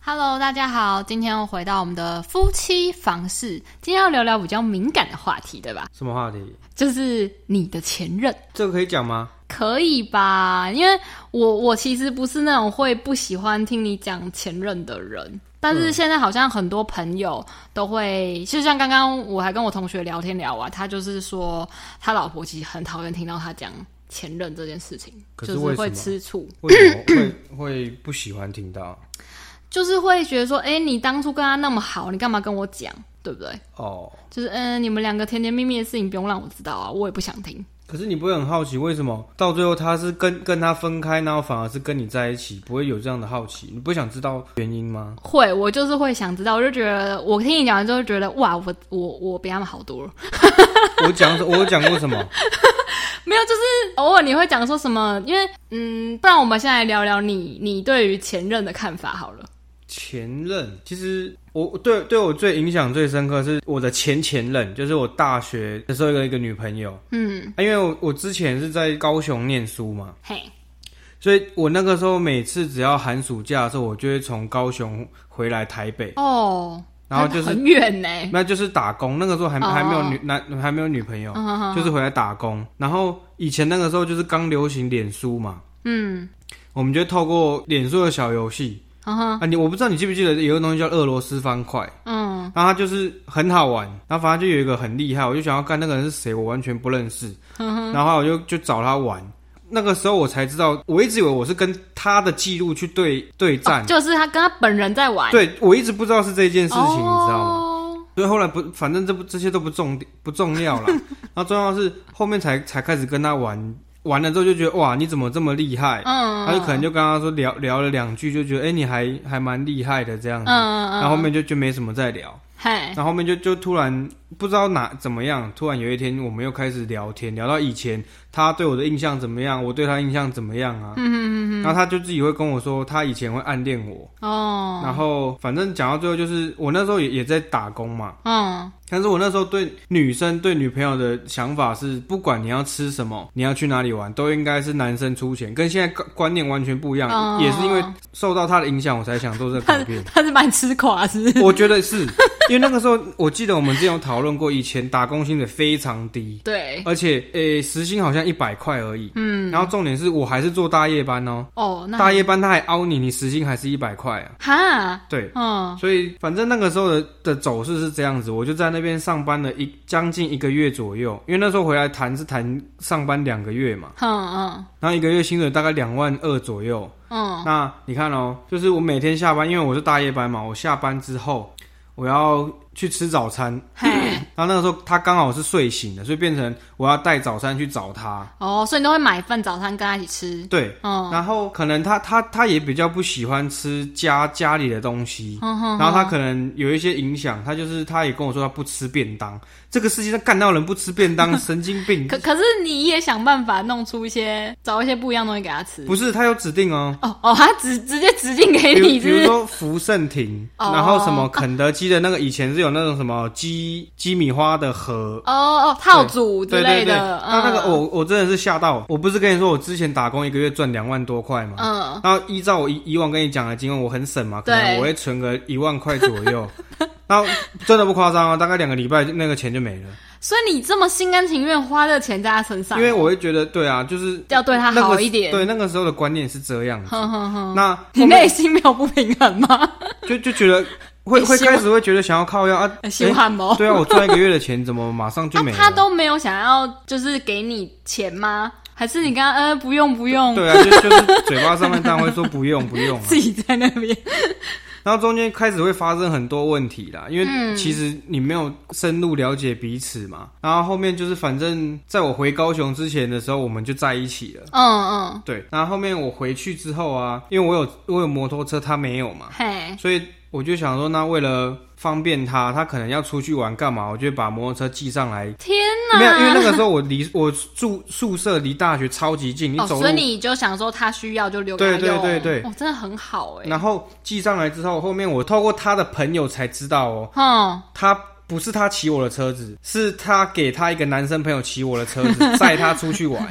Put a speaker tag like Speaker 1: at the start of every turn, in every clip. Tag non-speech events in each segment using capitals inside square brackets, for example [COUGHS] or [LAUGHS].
Speaker 1: Hello，大家好，今天又回到我们的夫妻房事，今天要聊聊比较敏感的话题，对吧？
Speaker 2: 什么话题？
Speaker 1: 就是你的前任。
Speaker 2: 这个可以讲吗？
Speaker 1: 可以吧？因为我我其实不是那种会不喜欢听你讲前任的人，但
Speaker 2: 嗯
Speaker 1: 是现在好像很多朋友都会，就像刚刚我还跟我同学聊天聊啊，他就是说他老婆其实很讨厌听到他讲前任这件事情，
Speaker 2: 可
Speaker 1: 就是是
Speaker 2: 为什
Speaker 1: 会
Speaker 2: 么
Speaker 1: 吃醋，
Speaker 2: 为什么会 [COUGHS] 会不喜欢听到？
Speaker 1: 就是会觉得说，哎、你当初跟他那么好，你干嘛跟我讲，对不对？
Speaker 2: 哦，
Speaker 1: 就是嗯、你们两个甜甜蜜蜜的事情不用让我知道啊，我也不想听。
Speaker 2: 可是你不会很好奇为什么到最后他是跟跟他分开，然后反而是跟你在一起，不会有这样的好奇？你不想知道原因 [LAUGHS] 吗？
Speaker 1: 会，我就是会想知道，我就觉得我听你讲完之后，觉得哇，我我我比他们好多了。 [LAUGHS]
Speaker 2: 我讲我有讲过什么？
Speaker 1: 没有，就是偶尔你会讲说什么，因为嗯，不然我们现在来聊聊你你对于前任的看法好了。
Speaker 2: 前任，其实我对对我最影响最深刻是我的前前任，就是我大学的时候一个一个女朋友，
Speaker 1: 嗯，
Speaker 2: 啊因为我我之前是在高雄念书嘛，
Speaker 1: 嘿，
Speaker 2: 所以我那个时候每次只要寒暑假的时候，我就会从高雄回来台北，
Speaker 1: 哦，
Speaker 2: 然后就是
Speaker 1: 很很远呢、
Speaker 2: 那就是打工，那个时候还、
Speaker 1: 哦
Speaker 2: 还没有女男还没有女朋友，
Speaker 1: 嗯
Speaker 2: 就是回来打工。然后以前那个时候就是刚流行脸书嘛，
Speaker 1: 嗯，
Speaker 2: 我们就透过脸书的小游戏
Speaker 1: 嗯哼，
Speaker 2: 啊，你我不知道你记不记得有个东西叫俄罗斯方块，
Speaker 1: 嗯，
Speaker 2: 然后它就是很好玩，然后反正就有一个很厉害，我就想要看那个人是谁，我完全不认识，
Speaker 1: 嗯
Speaker 2: 然后我就就找他玩。那个时候我才知道，我一直以为我是跟他的记录去对对战，
Speaker 1: 哦就是他跟他本人在玩，哦
Speaker 2: 对我一直不知道是这件事情，你知道吗？
Speaker 1: 吗？
Speaker 2: 所以后来不，反正这不这些都不重点不重要了。然后重要的是后面才才开始跟他玩，玩了之后就觉得哇，你怎么这么厉害？
Speaker 1: 嗯，
Speaker 2: 他就可能就跟他说聊聊了两句，就觉得哎、诶你还还蛮厉害的这样
Speaker 1: 嗯
Speaker 2: 子。
Speaker 1: 嗯嗯，
Speaker 2: 然后后面就就没什么再聊，
Speaker 1: 嘿，
Speaker 2: 然后后面就就突然不知道哪怎么样，突然有一天我们又开始聊天，聊到以前他对我的印象怎么样，我对他印象怎么样啊？嗯嗯嗯。然后他就自己会跟我说，他以前会暗恋我，
Speaker 1: 哦，
Speaker 2: 然后反正讲到最后就是我那时候也也在打工嘛，
Speaker 1: 嗯，
Speaker 2: 但是我那时候对女生、对女朋友的想法是，不管你要吃什么，你要去哪里玩，都应该是男生出钱，跟现在观观念完全不一样。
Speaker 1: 哦。
Speaker 2: 也是因为受到他的影响，我才想做这个改变
Speaker 1: [LAUGHS] 他是蛮吃垮是不是？
Speaker 2: 我觉得是因为那个时候，我记得我们之前有讨论过，以前打工薪水非常低，
Speaker 1: 对，
Speaker 2: 而且诶、时薪好像一百块而已。
Speaker 1: 嗯，
Speaker 2: 然后重点是我还是做大夜班哦，
Speaker 1: 哦，那
Speaker 2: 大夜班他还凹你，你时薪还是一百块啊？
Speaker 1: 哈，
Speaker 2: 对，
Speaker 1: 嗯，
Speaker 2: 啊所以反正那个时候的的走势是这样子，我就在那边上班了一将近一个月左右，因为那时候回来谈是谈上班两个月嘛，
Speaker 1: 哼嗯
Speaker 2: 然后一个月薪水大概两万二左右。
Speaker 1: 嗯
Speaker 2: 那你看哦，就是我每天下班，因为我是大夜班嘛，我下班之后我要去吃早餐，
Speaker 1: 嘿，
Speaker 2: 然后那个时候他刚好是睡醒的，所以变成我要带早餐去找他。
Speaker 1: 哦，所以你都会买份早餐跟他一起吃，
Speaker 2: 对，
Speaker 1: 嗯，
Speaker 2: 然后可能他他他也比较不喜欢吃家家里的东西，
Speaker 1: 嗯哼
Speaker 2: 然后他可能有一些影响，他就是他也跟我说他不吃便当，这个世界上干到人不吃便当，神经病。
Speaker 1: [LAUGHS] 可可是你也想办法弄出一些找一些不一样东西给他吃。
Speaker 2: 不是他有指
Speaker 1: [LAUGHS]
Speaker 2: 定哦，
Speaker 1: 哦哦，他直直接指定给
Speaker 2: 比如
Speaker 1: 你，
Speaker 2: 比
Speaker 1: 是不
Speaker 2: 如
Speaker 1: 是？
Speaker 2: 说福盛亭，
Speaker 1: 哦
Speaker 2: 然后什么肯德基的那个以前是有那种什么鸡鸡米花的盒。
Speaker 1: 哦哦，套组之
Speaker 2: 对
Speaker 1: 类
Speaker 2: 对对，
Speaker 1: 的。
Speaker 2: 那那个
Speaker 1: 嗯
Speaker 2: 我我真的是吓到，我不是跟你说我之前打工一个月赚两万多块吗？
Speaker 1: 嗯，
Speaker 2: 然后依照我以以往跟你讲的经验，我很省嘛，可
Speaker 1: 对
Speaker 2: 能我会存个一万块左
Speaker 1: [LAUGHS]
Speaker 2: 右。然后真的不夸张啊，大概两个礼拜那个钱就没了，
Speaker 1: 所以你这么心甘情愿花这个钱在他身上，
Speaker 2: 因为我会觉得，对啊，就是
Speaker 1: 要对他
Speaker 2: 那个
Speaker 1: 好一点。
Speaker 2: 对，那个时候的观念是这样子。
Speaker 1: 哼哼哼，
Speaker 2: 那
Speaker 1: 你
Speaker 2: 后面
Speaker 1: 内心没有不平衡
Speaker 2: [LAUGHS]
Speaker 1: 吗？ [LAUGHS]
Speaker 2: 就就觉得会
Speaker 1: 你哎
Speaker 2: 会
Speaker 1: 喜欢
Speaker 2: 开始会觉得想要靠腰啊，
Speaker 1: 喜
Speaker 2: 诶
Speaker 1: 欢吗？
Speaker 2: 对啊，我赚一个月的钱怎么马上就
Speaker 1: 那
Speaker 2: 没
Speaker 1: 啊他
Speaker 2: 了？
Speaker 1: 都没有想要就是给你钱吗？还是你刚刚呃不用不用，
Speaker 2: 对啊，就就是嘴巴上面当然会说不用
Speaker 1: [LAUGHS]
Speaker 2: 不用啊，
Speaker 1: 自己在那
Speaker 2: [LAUGHS]
Speaker 1: 边？
Speaker 2: 然后中间开始会发生很多问题啦，因为
Speaker 1: 嗯
Speaker 2: 其实你没有深入了解彼此嘛。然后后面就是，反正在我回高雄之前的时候，我们就在一起了。
Speaker 1: 嗯嗯，
Speaker 2: 对，然后后面我回去之后啊，因为我有我有摩托车，他没有嘛，
Speaker 1: 嘿，
Speaker 2: 所以我就想说，那为了方便他，他可能要出去玩干嘛，我就把摩托车寄上来。
Speaker 1: 天哪！
Speaker 2: 没有，因为那个时候我离我住宿舍离大学超级近，你
Speaker 1: 哦，
Speaker 2: 走
Speaker 1: 所以
Speaker 2: 路
Speaker 1: 你就想说他需要就留给他
Speaker 2: 对
Speaker 1: 用，
Speaker 2: 对对对
Speaker 1: 哦，真的很好哎、
Speaker 2: 然后寄上来之后，后面我透过他的朋友才知道哦，
Speaker 1: 哼，
Speaker 2: 他不是他骑我的车子，是他给他一个男生朋友骑我
Speaker 1: [LAUGHS]
Speaker 2: 的车子，载他出去玩。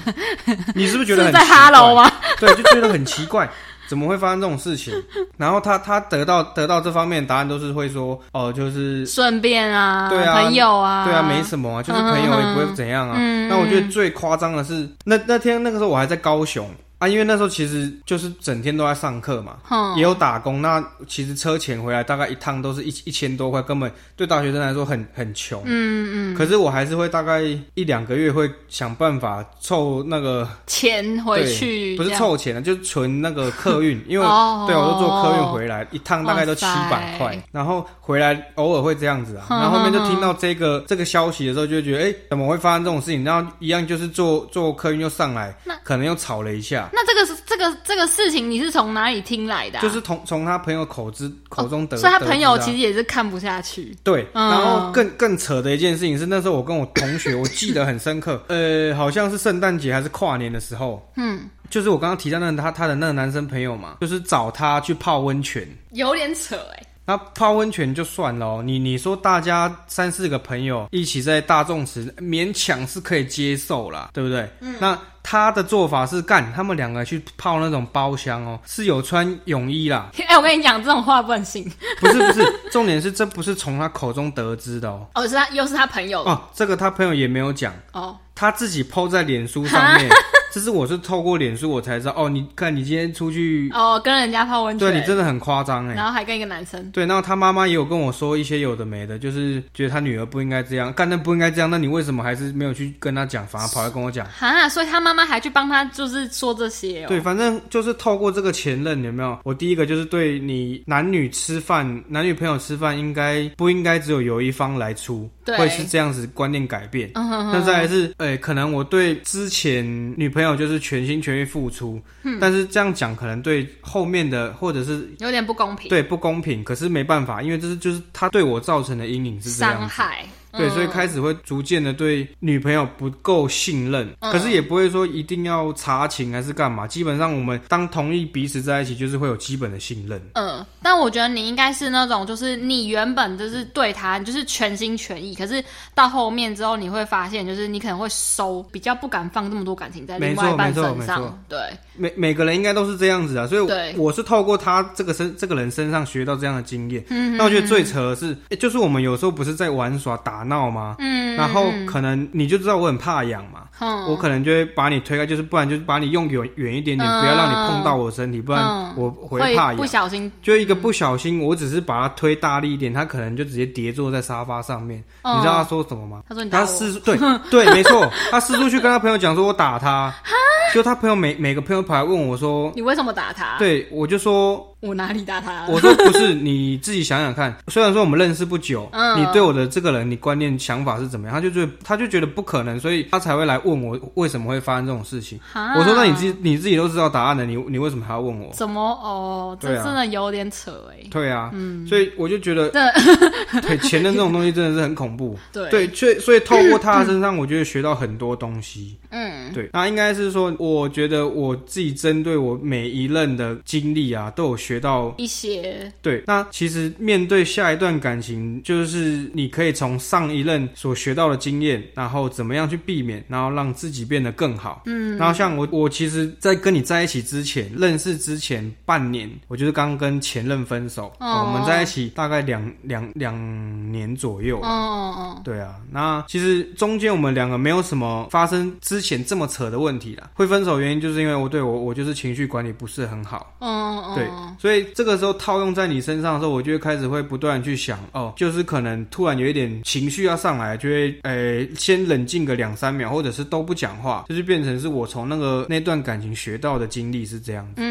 Speaker 2: 你是不是觉得
Speaker 1: 是
Speaker 2: 很
Speaker 1: 在
Speaker 2: 哈
Speaker 1: Hello 吗？
Speaker 2: 对，就觉得很奇怪。怎么会发生这种事情？然后他他得到得到这方面的答案都是会说，哦，就是
Speaker 1: 顺便啊，
Speaker 2: 对啊
Speaker 1: 朋友啊，
Speaker 2: 对啊，没什么啊，就是朋友也不会怎样啊。
Speaker 1: 嗯
Speaker 2: 那我觉得最夸张的是，那那天那个时候我还在高雄啊，因为那时候其实就是整天都在上课嘛，
Speaker 1: 哼
Speaker 2: 也有打工。那其实车钱回来大概一趟都是一一千多块，根本对大学生来说很很穷。
Speaker 1: 嗯嗯，
Speaker 2: 可是我还是会大概一两个月会想办法凑那个，
Speaker 1: 钱回去
Speaker 2: 不是
Speaker 1: 这样
Speaker 2: 凑钱了，就是存那个客
Speaker 1: [LAUGHS]
Speaker 2: 运，因为我
Speaker 1: 哦
Speaker 2: 对，我都坐客运回来，一趟大概都
Speaker 1: 哇
Speaker 2: 七
Speaker 1: 塞
Speaker 2: 百块，然后回来偶尔会这样子啊。
Speaker 1: 哼
Speaker 2: 然后后面就听到这
Speaker 1: 嗯
Speaker 2: 个这个消息的时候，就会觉得哎、诶怎么会发生这种事情？然后一样就是坐坐客运又上来
Speaker 1: 那，
Speaker 2: 可能又吵了一下，
Speaker 1: 那这个是这个这个事情，你是从哪里听来的啊、哦
Speaker 2: 就是从从他朋友口之口中得，啊
Speaker 1: 所以他朋友其
Speaker 2: 实。
Speaker 1: 实也是看不下去。
Speaker 2: 对，
Speaker 1: 嗯
Speaker 2: 然后更更扯的一件事情是，那时候我跟我同
Speaker 1: [LAUGHS]
Speaker 2: 学，我记得很深刻，呃，好像是圣诞节还是跨年的时候，
Speaker 1: 嗯，
Speaker 2: 就是我刚刚提到那个他他的那个男生朋友嘛，就是找他去泡温泉，
Speaker 1: 有点扯哎、
Speaker 2: 那泡温泉就算了、哦，你你说大家三四个朋友一起在大众池，勉强是可以接受啦，对不对？嗯。那他的做法是干，他们两个去泡那种包厢哦，是有穿泳衣啦，
Speaker 1: [LAUGHS] 哎、我跟你讲，这种话不能信。
Speaker 2: 不是不
Speaker 1: [LAUGHS]
Speaker 2: 是，重点是这不是从他口中得知的哦。
Speaker 1: 哦，是他又是他朋友
Speaker 2: 哦，这个他朋友也没有讲，
Speaker 1: 哦，
Speaker 2: 他自己 PO 在脸书上面， [LAUGHS] 这是我是透过脸书我才知道哦。你看你今天出去，
Speaker 1: 哦，跟人家泡温泉，
Speaker 2: 对你真的很夸张哎、
Speaker 1: 然后还跟一个男生，
Speaker 2: 对，然后他妈妈也有跟我说一些有的没的，就是觉得他女儿不应该这样，干那不应该这样，那你为什么还是没有去跟他讲，反而跑来跟我讲？
Speaker 1: 哈，所以他妈妈还去帮他，就是说这些哦。
Speaker 2: 对，反正就是透过这个前任，有没有？我第一个就是对你男女吃饭，男女朋友吃饭应该不应该只有有一方来出，
Speaker 1: 对
Speaker 2: 会是这样子观念改变。
Speaker 1: 嗯哼
Speaker 2: 那再来是，诶、可能我对之前女朋友就是全心全意付出，
Speaker 1: 嗯
Speaker 2: 但是这样讲可能对后面的或者是
Speaker 1: 有点不公平，
Speaker 2: 对不公平，可是没办法，因为这是就是他对我造成的阴影是这
Speaker 1: 伤
Speaker 2: 样。
Speaker 1: 害。
Speaker 2: 对，
Speaker 1: 嗯
Speaker 2: 所以开始会逐渐的对女朋友不够信任，
Speaker 1: 嗯
Speaker 2: 可是也不会说一定要查情还是干嘛。基本上我们当同意彼此在一起，就是会有基本的信任。
Speaker 1: 嗯，但我觉得你应该是那种，就是你原本就是对他，你就是全心全意，可是到后面之后，你会发现，就是你可能会收，比较不敢放这么多感情在另
Speaker 2: 没错
Speaker 1: 外一半
Speaker 2: 没错
Speaker 1: 身
Speaker 2: 没错
Speaker 1: 上。对，
Speaker 2: 每每个人应该都是这样子啊，所以
Speaker 1: 对
Speaker 2: 我是透过他这个身这个人身上学到这样的经验。嗯，那我觉得最扯的是，诶就是我们有时候不是在玩耍打闹吗？
Speaker 1: 嗯，
Speaker 2: 然后可能你就知道我很怕痒嘛，
Speaker 1: 嗯
Speaker 2: 我可能就会把你推开，就是不然就是把你用远远一点点，
Speaker 1: 嗯
Speaker 2: 不要让你碰到我身体，不然
Speaker 1: 嗯
Speaker 2: 我会
Speaker 1: 会
Speaker 2: 怕
Speaker 1: 不
Speaker 2: 痒。
Speaker 1: 小心，
Speaker 2: 就一个不小心，我只是把它推大力一点，它可能就直接跌坐在沙发上面。
Speaker 1: 嗯
Speaker 2: 你知道他说什么吗？
Speaker 1: 他说你打
Speaker 2: 他
Speaker 1: 我，
Speaker 2: 四处对对，没
Speaker 1: [LAUGHS]
Speaker 2: 错，他四处去跟他朋友讲说，我打他。就他朋友每每个朋友跑来问我说，
Speaker 1: 你为什么打他？
Speaker 2: 对我就说，
Speaker 1: 我哪里打他？
Speaker 2: 我说不是，你自己想想看。虽然说我们认识不久，
Speaker 1: 嗯
Speaker 2: 你对我的这个人，你观念想法是怎么样？他就觉得他就觉得不可能，所以他才会来问我为什么会发生这种事情。
Speaker 1: 哈
Speaker 2: 我说那你自己你自己都知道答案了，你你为什么还要问我？
Speaker 1: 怎么哦？这
Speaker 2: 对啊
Speaker 1: 真的有点扯哎、
Speaker 2: 对啊，所以我就觉得，对前任这种东西真的是很恐怖。
Speaker 1: [LAUGHS] 对
Speaker 2: 对，所以所以透过
Speaker 1: [LAUGHS]
Speaker 2: 他的身上，我觉得学到很多东西。
Speaker 1: 嗯
Speaker 2: 对，那应该是说，我觉得我自己针对我每一任的经历啊，都有学到
Speaker 1: 一些
Speaker 2: 对，那其实面对下一段感情，就是你可以从上一任所学到的经验，然后怎么样去避免，然后让自己变得更好。嗯，然后像我，我其实，在跟你在一起之前，认识之前半年，我就是刚跟前任分手，
Speaker 1: 哦
Speaker 2: 我们在一起大概两两两年左右。
Speaker 1: 嗯嗯
Speaker 2: 对啊，那其实中间我们两个没有什么发生之前这么扯的问题啦。会分手原因就是因为我对我我就是情绪管理不是很好，
Speaker 1: 嗯嗯嗯，
Speaker 2: 对，所以这个时候套用在你身上的时候，我就会开始会不断地去想，哦，就是可能突然有一点情绪要上来，就会呃先冷静个两三秒，或者是都不讲话，就是变成是我从那个那段感情学到的经历是这样子。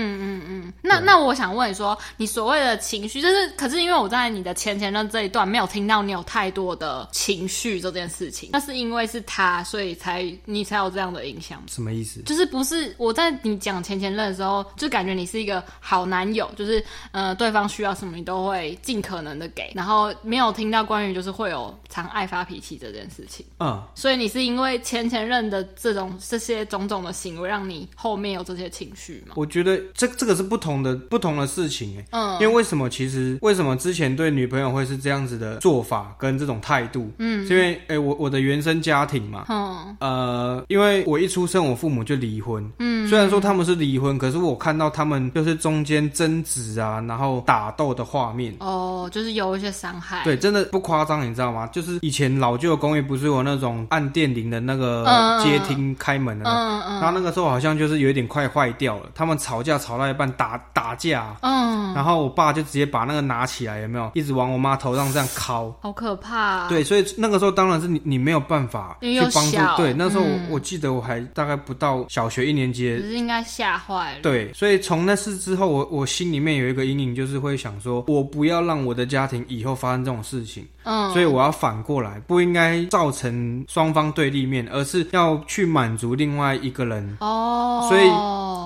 Speaker 1: 那那我想问你说，你所谓的情绪，就是可是因为我在你的前前任这一段没有听到你有太多的情绪这件事情，那是因为是他，所以才你才有这样的影响吗。
Speaker 2: 什么意思？
Speaker 1: 就是不是我在你讲前前任的时候，就感觉你是一个好男友，就是呃对方需要什么你都会尽可能的给，然后没有听到关于就是会有常爱发脾气这件事情，
Speaker 2: 啊、
Speaker 1: 所以你是因为前前任的这种这些种种的行为，让你后面有这些情绪吗？
Speaker 2: 我觉得这这个是不同的不同的事情诶、
Speaker 1: 嗯
Speaker 2: 因为为什么？其实为什么之前对女朋友会是这样子的做欸法跟这种态度？嗯，是因为诶、我我的原生家庭嘛，
Speaker 1: 嗯
Speaker 2: 呃，因为我一一出生，我父母就离婚。嗯，虽然说他们是离婚，可是我看到他们就是中间争执啊，然后打斗的画面。
Speaker 1: 哦，就是有一些伤害。
Speaker 2: 对，真的不夸张，你知道吗？就是以前老旧的公寓不是有那种按电铃的那个
Speaker 1: 嗯嗯嗯
Speaker 2: 接听开门的那
Speaker 1: 嗯嗯
Speaker 2: 然后那个时候好像就是有一点快坏掉了，他们吵架吵到一半打打架，啊
Speaker 1: 嗯，
Speaker 2: 然后我爸就直接把那个拿起来，有没有？一直往我妈头上这样敲。
Speaker 1: 好可怕、啊。
Speaker 2: 对，所以那个时候当然是你你没有办法
Speaker 1: 因为
Speaker 2: 去
Speaker 1: 又
Speaker 2: 帮助
Speaker 1: 小。
Speaker 2: 对，那时候我,、
Speaker 1: 嗯
Speaker 2: 我记得我还大概不到小学一年级
Speaker 1: 只。是应该吓坏了。
Speaker 2: 对，所以从那次之后，我我心里面有一个阴影，就是会想说，我不要让我的家庭以后发生这种事情，
Speaker 1: 嗯，
Speaker 2: 所以我要反过来，不应该造成双方对立面，而是要去满足另外一个人，
Speaker 1: 哦，
Speaker 2: 所以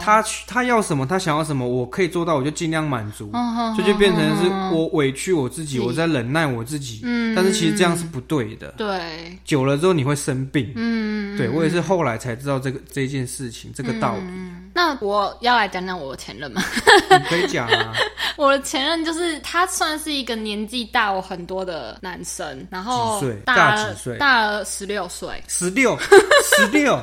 Speaker 2: 他他要什么，他想要什么，我可以做到，我就尽量满足，
Speaker 1: 嗯哼
Speaker 2: 所以就变成是
Speaker 1: 哼哼
Speaker 2: 我委屈我自己，
Speaker 1: 自己
Speaker 2: 我在忍耐我自己，
Speaker 1: 嗯，
Speaker 2: 但是其实这样是不对的。
Speaker 1: 对，
Speaker 2: 久了之后你会生病。
Speaker 1: 嗯，嗯
Speaker 2: 对我也是后来才知道这个这件事情这个道理，
Speaker 1: 那我要来讲讲我的前任嘛。
Speaker 2: 你可以讲啊。
Speaker 1: [LAUGHS] 我的前任就是他，算是一个年纪大我很多的男生，然后
Speaker 2: 几岁
Speaker 1: 大
Speaker 2: 大
Speaker 1: 了
Speaker 2: 几岁
Speaker 1: 大了十六岁，
Speaker 2: 十六，十六，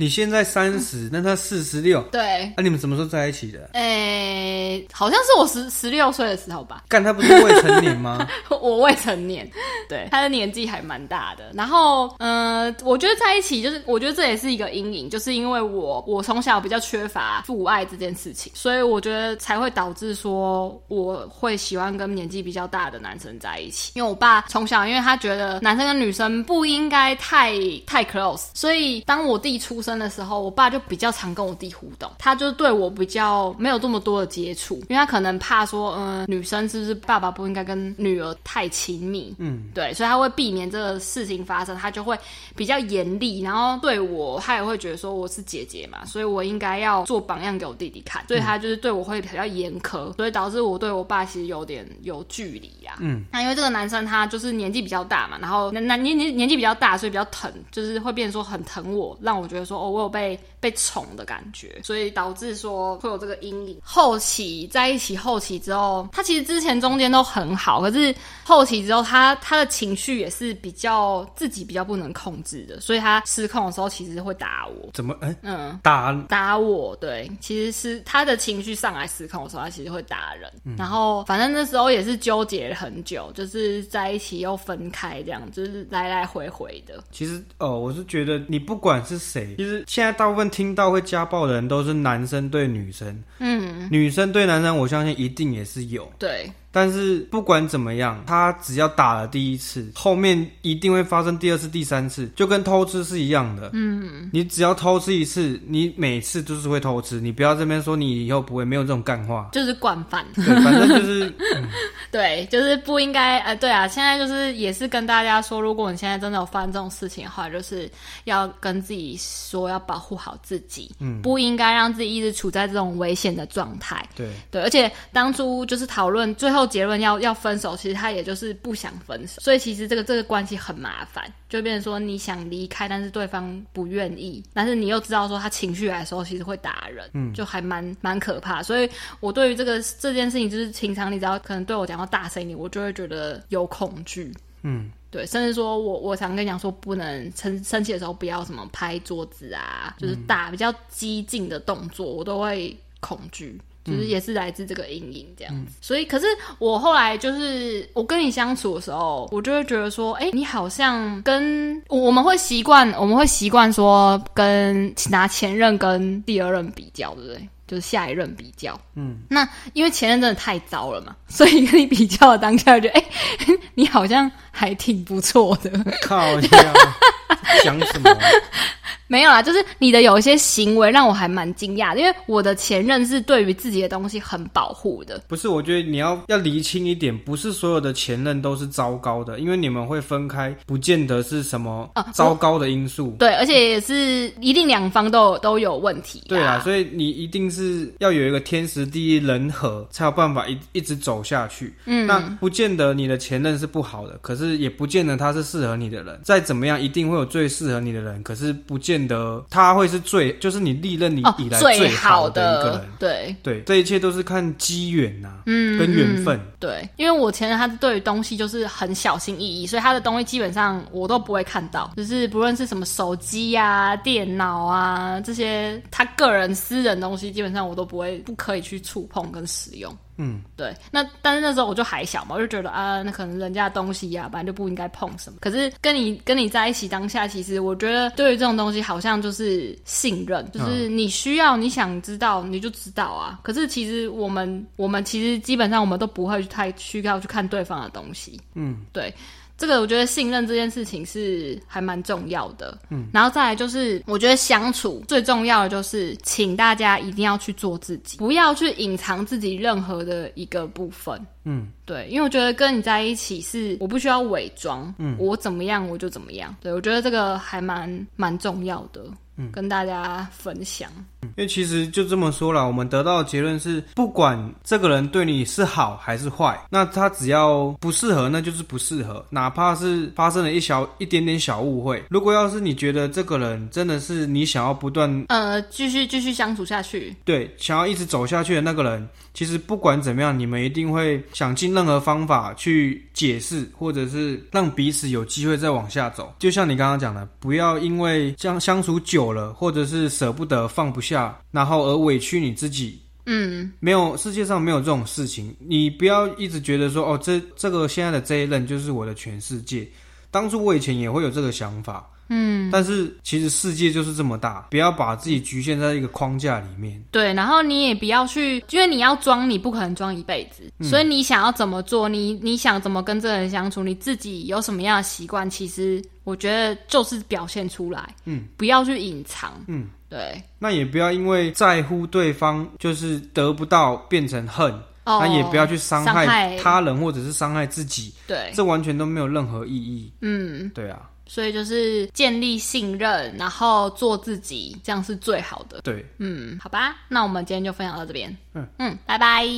Speaker 2: 你现在三
Speaker 1: 嗯
Speaker 2: 十，那他四十六，啊
Speaker 1: 对，
Speaker 2: 那你们什么时候在一起的？
Speaker 1: 诶、好像是我十十六岁的时候吧， [LAUGHS]
Speaker 2: 干，他不是未成年吗？
Speaker 1: 我未成年， [LAUGHS] 对，他的年纪还蛮大的。然后，嗯，我觉得在一起就是，我觉得这也是一个阴影，就是因为我我从小比较缺乏父爱这件事情，所以我觉得才会导致说我会喜欢跟年纪比较大的男生在一起。因为我爸从小，因为他觉得男生跟女生不应该太太 close，所以当我弟出生的时候，我爸就比较常跟我弟互动，他就对我比较没有这么多的接触，因为他可能怕说，嗯、女生是不是爸爸不应该跟女儿太亲密，
Speaker 2: 嗯，
Speaker 1: 对，所以他会避免这个事情发生，他就会比较严厉，然后对我，他也会觉得说我是姐姐嘛，所以我应该要做榜样给我弟弟看，
Speaker 2: 嗯
Speaker 1: 所以他就是对我会比较严苛，所以导致我对我爸其实有点有距离呀、
Speaker 2: 嗯，
Speaker 1: 那因为这个男生他就是年纪比较大嘛，然后那那年年年纪比较大，所以比较疼，就是会变成说很疼我，让我觉得说哦，我有被被宠的感觉，所以导致说会有这个阴影。后期在一起后期之后，他其实之前中间都很好，可是后期之后他他的情绪也是比较自己比较不能控制的，所以他失控的时候其实会打我，
Speaker 2: 怎么？哎、
Speaker 1: 嗯。
Speaker 2: 打
Speaker 1: 打我，对，其实是他的情绪上来失控的时候，他其实会打人。然后反正那时候也是纠结了很久，就是在一起又分开，这样就是来来回回的。
Speaker 2: 其实哦，我是觉得你不管是谁，其实现在大部分听到会家暴的人都是男生对女生，
Speaker 1: 嗯，
Speaker 2: 女生对男生，我相信一定也是有。
Speaker 1: 对，。
Speaker 2: 但是不管怎么样，他只要打了第一次，后面一定会发生第二次、第三次，就跟偷吃是一样的。嗯，你只要偷吃一次，你每次就是会偷吃，你不要这边说你以后不会，没有这种干话
Speaker 1: 就是惯犯。
Speaker 2: 对，反正 [LAUGHS] 就是
Speaker 1: [LAUGHS] 对，就是不应该，呃，对啊，现在就是也是跟大家说，如果你现在真的有发生这种事情的话，就是要跟自己说，要保护好自己，嗯，不应该让自己一直处在这种危险的状态。
Speaker 2: 对，
Speaker 1: 对，而且当初就是讨论最后结论要要分手，其实他也就是不想分手，所以其实这个这个关系很麻烦，就变成说你想离开，但是对方不愿意，但是你又知道说他情绪来的时候其实会打人，嗯，就还蛮蛮可怕。所以我对于这个这件事情，就是平常你只要可能对我讲话大声一点，我就会觉得有恐惧。
Speaker 2: 嗯，
Speaker 1: 对，甚至说我我常跟你讲说，不能生生气的时候不要什么拍桌子啊，就是打比较激进的动作，我都会恐惧。就是也是来自这个阴影这样子，所以可是我后来就是我跟你相处的时候，我就会觉得说，哎、你好像跟我我们会习惯，我们会习惯说跟拿前任跟第二任比较，对不对？就是下一任比较，嗯，那因为前任真的太糟了嘛，所以跟你比较的当下，我觉得哎、你好像还挺不错的。
Speaker 2: 靠呀，讲什么？
Speaker 1: [LAUGHS]
Speaker 2: 啊
Speaker 1: 没有啦，就是你的有一些行为让我还蛮惊讶的，因为我的前任是对于自己的东西很保护的。
Speaker 2: 不是，我觉得你要要厘清一点，不是所有的前任都是糟糕的，因为你们会分开，不见得是什么
Speaker 1: 啊我
Speaker 2: 糟糕的因素。
Speaker 1: 对，而且也是一定两方都有都有问题、
Speaker 2: 对啊，，所以你一定是要有一个天时地利人和，才有办法一一直走下去。嗯，那不见得你的前任是不好的，可是也不见得他是适合你的人。再怎么样，一定会有最适合你的人，可是不见见得他会是最，就是你历任你
Speaker 1: 哦
Speaker 2: 以来，
Speaker 1: 最
Speaker 2: 好一个
Speaker 1: 的
Speaker 2: 人。
Speaker 1: 对。
Speaker 2: 对，这一切都是看机缘呐，
Speaker 1: 嗯，
Speaker 2: 跟缘分。
Speaker 1: 嗯对，因为我前任他对于东西就是很小心翼翼，所以他的东西基本上我都不会看到，就是不论是什么手机啊、电脑啊这些他个人私人东西，基本上我都不会不可以去触碰跟使用。
Speaker 2: 嗯，
Speaker 1: 对，那但是那时候我就还小嘛，我就觉得啊，那可能人家的东西呀、本来就不应该碰什么。可是跟你跟你在一起当下，其实我觉得对于这种东西，好像就是信任，就是你需要你想知道你就知道啊。可是其实我们我们其实基本上我们都不会去太需要去看对方的东西，
Speaker 2: 嗯，
Speaker 1: 对。这个我觉得信任这件事情是还蛮重要的，嗯，然后再来就是我觉得相处最重要的就是，请大家一定要去做自己，不要去隐藏自己任何的一个部分，
Speaker 2: 嗯，
Speaker 1: 对，因为我觉得跟你在一起是我不需要伪装，嗯，我怎么样我就怎么样，对我觉得这个还蛮蛮重要的，嗯，跟大家分享，
Speaker 2: 因为其实就这么说啦，我们得到的结论是，不管这个人对你是好还是坏，那他只要不适合，那就是不适合。哪怕是发生了一小一点点小误会，如果要是你觉得这个人真的是你想要不断
Speaker 1: 呃，继续继续相处下去，
Speaker 2: 对想要一直走下去的那个人，其实不管怎么样，你们一定会想尽任何方法去解释，或者是让彼此有机会再往下走。就像你刚刚讲的，不要因为相相处久了，或者是舍不得放不下，然后而委屈你自己。
Speaker 1: 嗯
Speaker 2: 没有，世界上没有这种事情。你不要一直觉得说，哦，这这个现在的这一任就是我的全世界。当初我以前也会有这个想法，
Speaker 1: 嗯。
Speaker 2: 但是其实世界就是这么大，不要把自己局限在一个框架里面。
Speaker 1: 对，然后你也不要去，因为你要装，你不可能装一辈子，
Speaker 2: 嗯
Speaker 1: 所以你想要怎么做，你你想怎么跟这个人相处，你自己有什么样的习惯，其实我觉得就是表现出来，
Speaker 2: 嗯，
Speaker 1: 不要去隐藏，
Speaker 2: 嗯，
Speaker 1: 对，
Speaker 2: 那也不要因为在乎对方，就是得不到变成恨，
Speaker 1: 哦，
Speaker 2: 那也不要去伤
Speaker 1: 伤
Speaker 2: 害
Speaker 1: 害
Speaker 2: 他人或者是伤害自己，
Speaker 1: 对，
Speaker 2: 这完全都没有任何意义。
Speaker 1: 嗯，
Speaker 2: 对啊，
Speaker 1: 所以就是建立信任，然后做自己，这样是最好的，
Speaker 2: 对。
Speaker 1: 嗯，好吧，那我们今天就分享到这边，
Speaker 2: 嗯
Speaker 1: 嗯，拜拜。